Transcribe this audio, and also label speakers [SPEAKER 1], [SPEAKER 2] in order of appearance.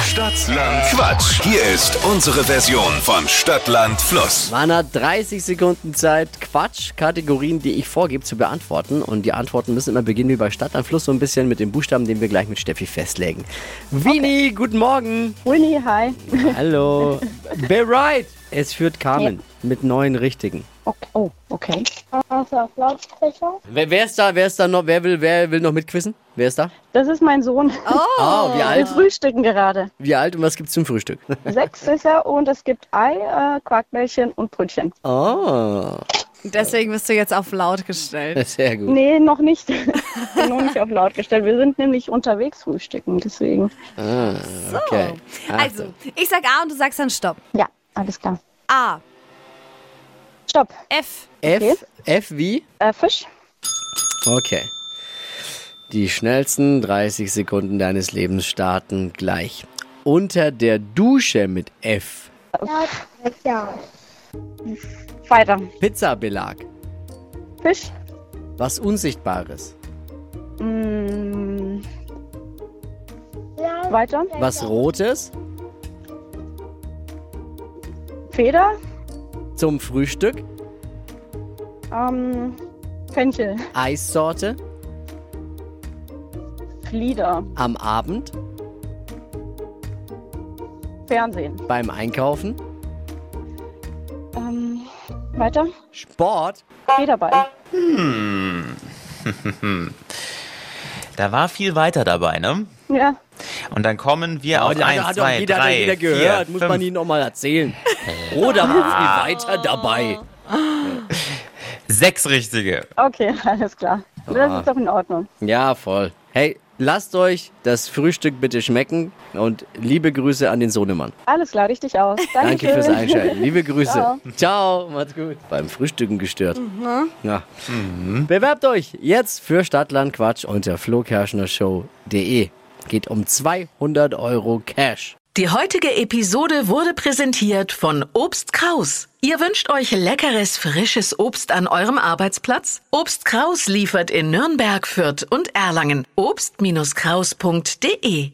[SPEAKER 1] Stadtland Quatsch. Hier ist unsere Version von Stadtland Fluss.
[SPEAKER 2] Man hat 30 Sekunden Zeit, Quatsch-Kategorien, die ich vorgebe, zu beantworten. Und die Antworten müssen immer beginnen wie bei Stadt am Fluss, so ein bisschen mit dem Buchstaben, den wir gleich mit Steffi festlegen. Vini, guten Morgen.
[SPEAKER 3] Winnie, hi.
[SPEAKER 2] Hallo. Bereit. Es führt Carmen mit neun Richtigen.
[SPEAKER 3] Okay. Oh, okay.
[SPEAKER 4] Also auf Lautsprecher.
[SPEAKER 2] Wer, wer ist da? Wer ist da noch? Wer will, wer will noch mitquissen? Wer ist da?
[SPEAKER 3] Das ist mein Sohn.
[SPEAKER 2] Oh, wie
[SPEAKER 3] Wir
[SPEAKER 2] alt?
[SPEAKER 3] frühstücken gerade.
[SPEAKER 2] Wie alt und was gibt's zum Frühstück?
[SPEAKER 3] Sechs ist er und es gibt Ei, äh, Quarkbällchen und Brötchen.
[SPEAKER 2] Oh,
[SPEAKER 5] Deswegen bist du jetzt auf laut gestellt.
[SPEAKER 2] sehr gut.
[SPEAKER 3] Nee, noch nicht. noch nicht auf laut gestellt. Wir sind nämlich unterwegs frühstücken, deswegen.
[SPEAKER 2] Ah, okay.
[SPEAKER 5] Also, ich sag A und du sagst dann Stopp.
[SPEAKER 3] Ja, alles klar.
[SPEAKER 5] A,
[SPEAKER 3] Stopp.
[SPEAKER 5] F,
[SPEAKER 2] F, F wie?
[SPEAKER 3] Äh, Fisch?
[SPEAKER 2] Okay. Die schnellsten 30 Sekunden deines Lebens starten gleich. Unter der Dusche mit F.
[SPEAKER 4] Lautsprecher.
[SPEAKER 3] Weiter.
[SPEAKER 2] Pizzabelag.
[SPEAKER 3] Fisch?
[SPEAKER 2] Was Unsichtbares.
[SPEAKER 3] Mm, weiter.
[SPEAKER 2] Was Rotes.
[SPEAKER 3] Feder?
[SPEAKER 2] Zum Frühstück.
[SPEAKER 3] Ähm, Fenchel.
[SPEAKER 2] Eissorte.
[SPEAKER 3] Flieder.
[SPEAKER 2] Am Abend.
[SPEAKER 3] Fernsehen.
[SPEAKER 2] Beim Einkaufen.
[SPEAKER 3] Ähm, weiter.
[SPEAKER 2] Sport.
[SPEAKER 3] Federball.
[SPEAKER 6] Da war viel weiter dabei, ne?
[SPEAKER 3] Ja.
[SPEAKER 6] Und dann kommen wir auf
[SPEAKER 2] Ja, hat-
[SPEAKER 6] 1,
[SPEAKER 2] hat doch
[SPEAKER 6] 2,
[SPEAKER 2] jeder, hat doch
[SPEAKER 6] 3,
[SPEAKER 2] jeder
[SPEAKER 6] 4,
[SPEAKER 2] gehört. Muss man
[SPEAKER 6] 5,
[SPEAKER 2] ihnen nochmal erzählen. Oder war viel weiter dabei.
[SPEAKER 6] 6 richtige.
[SPEAKER 3] Okay, alles klar. Das
[SPEAKER 2] Ah.
[SPEAKER 3] ist doch in Ordnung.
[SPEAKER 2] Ja, voll. Hey, lasst euch das Frühstück bitte schmecken und liebe Grüße an den Sohnemann.
[SPEAKER 3] Alles klar, richtig aus.
[SPEAKER 2] Danke
[SPEAKER 3] Dankeschön.
[SPEAKER 2] fürs Einschalten. Liebe Grüße. Ciao.
[SPEAKER 3] Ciao. Mhm.
[SPEAKER 2] macht's gut. Beim Frühstücken gestört. Ja. Bewerbt euch jetzt für Stadtland Quatsch unter flokerschnershow.de. Geht um 200 Euro Cash.
[SPEAKER 7] Die heutige Episode wurde präsentiert von Obst Kraus. Ihr wünscht euch leckeres, frisches Obst an eurem Arbeitsplatz? Obst Kraus liefert in Nürnberg, Fürth und Erlangen. Obst-Kraus.de